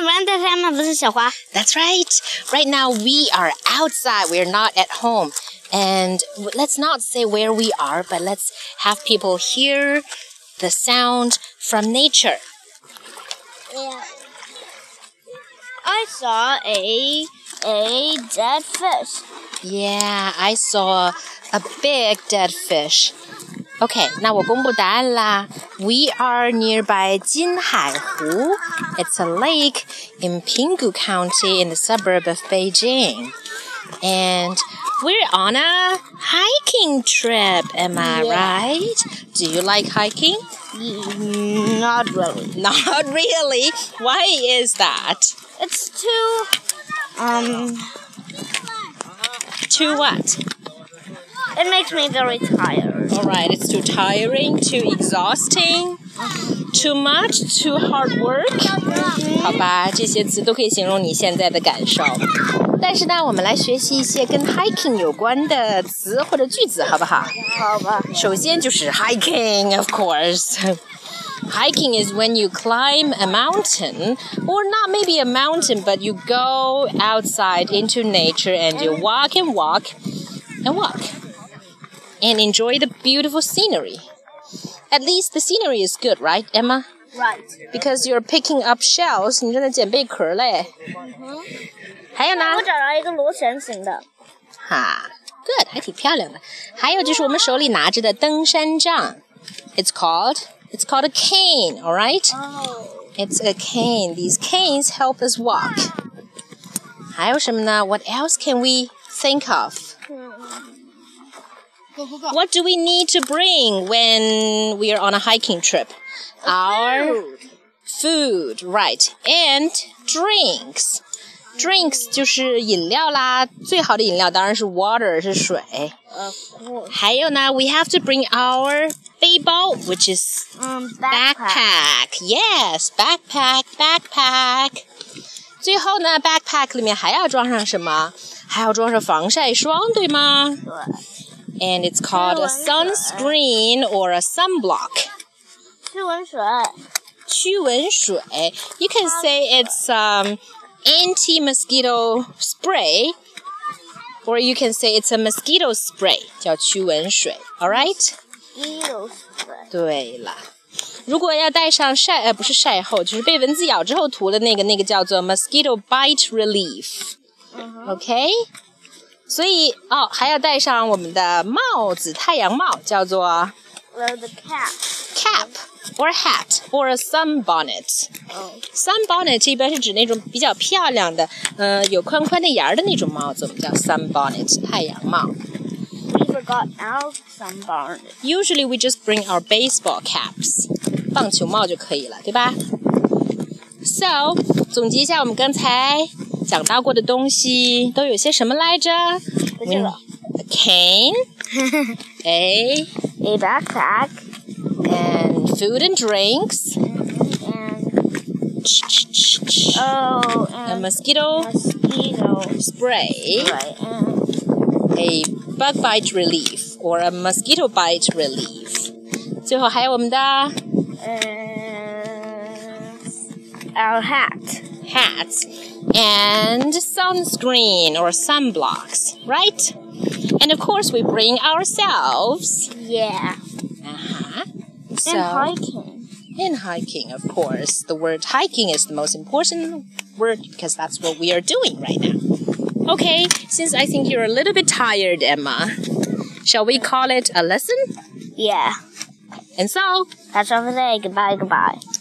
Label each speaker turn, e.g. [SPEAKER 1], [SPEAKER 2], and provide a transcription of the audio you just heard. [SPEAKER 1] Miranda FM，我是小华。
[SPEAKER 2] That's right. Right now we are outside. We're not at home. And w- let's not say where we are, but let's have people hear the sound from nature.
[SPEAKER 1] Yeah. I saw a a dead fish.
[SPEAKER 2] Yeah, I saw a big dead fish. Okay, 那我公布答案啦。We are nearby Jinhaihu. It's a lake in Pinggu County in the suburb of Beijing. And we're on a hiking trip, am I
[SPEAKER 1] Yeah.
[SPEAKER 2] right? Do you like hiking?
[SPEAKER 1] Mm, Not really.
[SPEAKER 2] Not really. Why is that?
[SPEAKER 1] It's too um.
[SPEAKER 2] Too what?
[SPEAKER 1] It makes me very tired.
[SPEAKER 2] All right, it's too tiring, too exhausting, too much, too hard work. 好吧，这些词都可以形容你现在的感受。但是呢，我们来学习一些跟 hiking 有关的词或者句子，好不好？
[SPEAKER 1] 好吧。
[SPEAKER 2] 首先就是 hiking, of course. Hiking is when you climb a mountain, or not maybe a mountain, but you go outside into nature and you walk and walk and walk and enjoy the beautiful scenery. At least the scenery is good, right, Emma?
[SPEAKER 1] Right.
[SPEAKER 2] Because you're picking up shells，你正在捡贝壳嘞。还有呢？
[SPEAKER 1] 我找到一个螺旋形的。
[SPEAKER 2] 哈，good，还挺漂亮的。还有就是我们手里拿着的登山杖，it's called it's called a cane. All right,
[SPEAKER 1] Oh.
[SPEAKER 2] it's a cane. These canes help us walk. 还有什么呢？What else can we think of? What do we need to bring when we are on a hiking trip? Our food, right, and drinks. Drinks 就是饮料啦，最好的饮料当然是 water 是水。
[SPEAKER 1] Of course.
[SPEAKER 2] 还有呢，we have to bring our 背包，which is
[SPEAKER 1] Um.
[SPEAKER 2] backpack. Yes, backpack, backpack. 最后呢，backpack 里面还要装上什么？还要装上防晒霜，对吗？And it's called
[SPEAKER 1] 还
[SPEAKER 2] a
[SPEAKER 1] 有蚊子
[SPEAKER 2] sunscreen or a sunblock.
[SPEAKER 1] 驱蚊水。
[SPEAKER 2] 驱蚊水. You can say it's um, anti mosquito spray, or you can say it's a mosquito spray. 叫驱蚊水. All right.
[SPEAKER 1] 医用水。
[SPEAKER 2] 对了，如果要带上晒呃不是晒后，就是被蚊子咬之后涂的那个，那个叫做 mosquito bite relief。OK，所以哦还要戴上我们的帽子，太阳帽叫做
[SPEAKER 1] Well, the cat.
[SPEAKER 2] cap or hat or a sunbonnet。
[SPEAKER 1] Oh.
[SPEAKER 2] sunbonnet 一般是指那种比较漂亮的，呃，有宽宽的檐儿的那种帽子，我们叫 sunbonnet 太阳帽。
[SPEAKER 1] We forgot our sunburn.
[SPEAKER 2] Usually we just bring our baseball caps，棒球帽就可以了，对吧？So，总结一下我们刚才讲到过的东西都有些什么来着？
[SPEAKER 1] 不记得。
[SPEAKER 2] A cane，哎
[SPEAKER 1] A backpack
[SPEAKER 2] ，and food and drinks，
[SPEAKER 1] and oh
[SPEAKER 2] a
[SPEAKER 1] and
[SPEAKER 2] mosquito
[SPEAKER 1] mosquito
[SPEAKER 2] spray。
[SPEAKER 1] spray and
[SPEAKER 2] a bug bite relief or a mosquito bite relief. 最后还有我们的
[SPEAKER 1] and our hat.
[SPEAKER 2] hats and sunscreen or sunblocks, right? And of course, we bring ourselves.
[SPEAKER 1] Yeah.
[SPEAKER 2] Uh-huh.
[SPEAKER 1] And
[SPEAKER 2] So,
[SPEAKER 1] hiking.
[SPEAKER 2] in hiking, of course, the word hiking is the most important word because that's what we are doing right now. Okay, since I think you're a little bit tired, Emma, shall we call it a lesson?
[SPEAKER 1] Yeah.
[SPEAKER 2] And so,
[SPEAKER 1] That's all for today. Goodbye. Goodbye.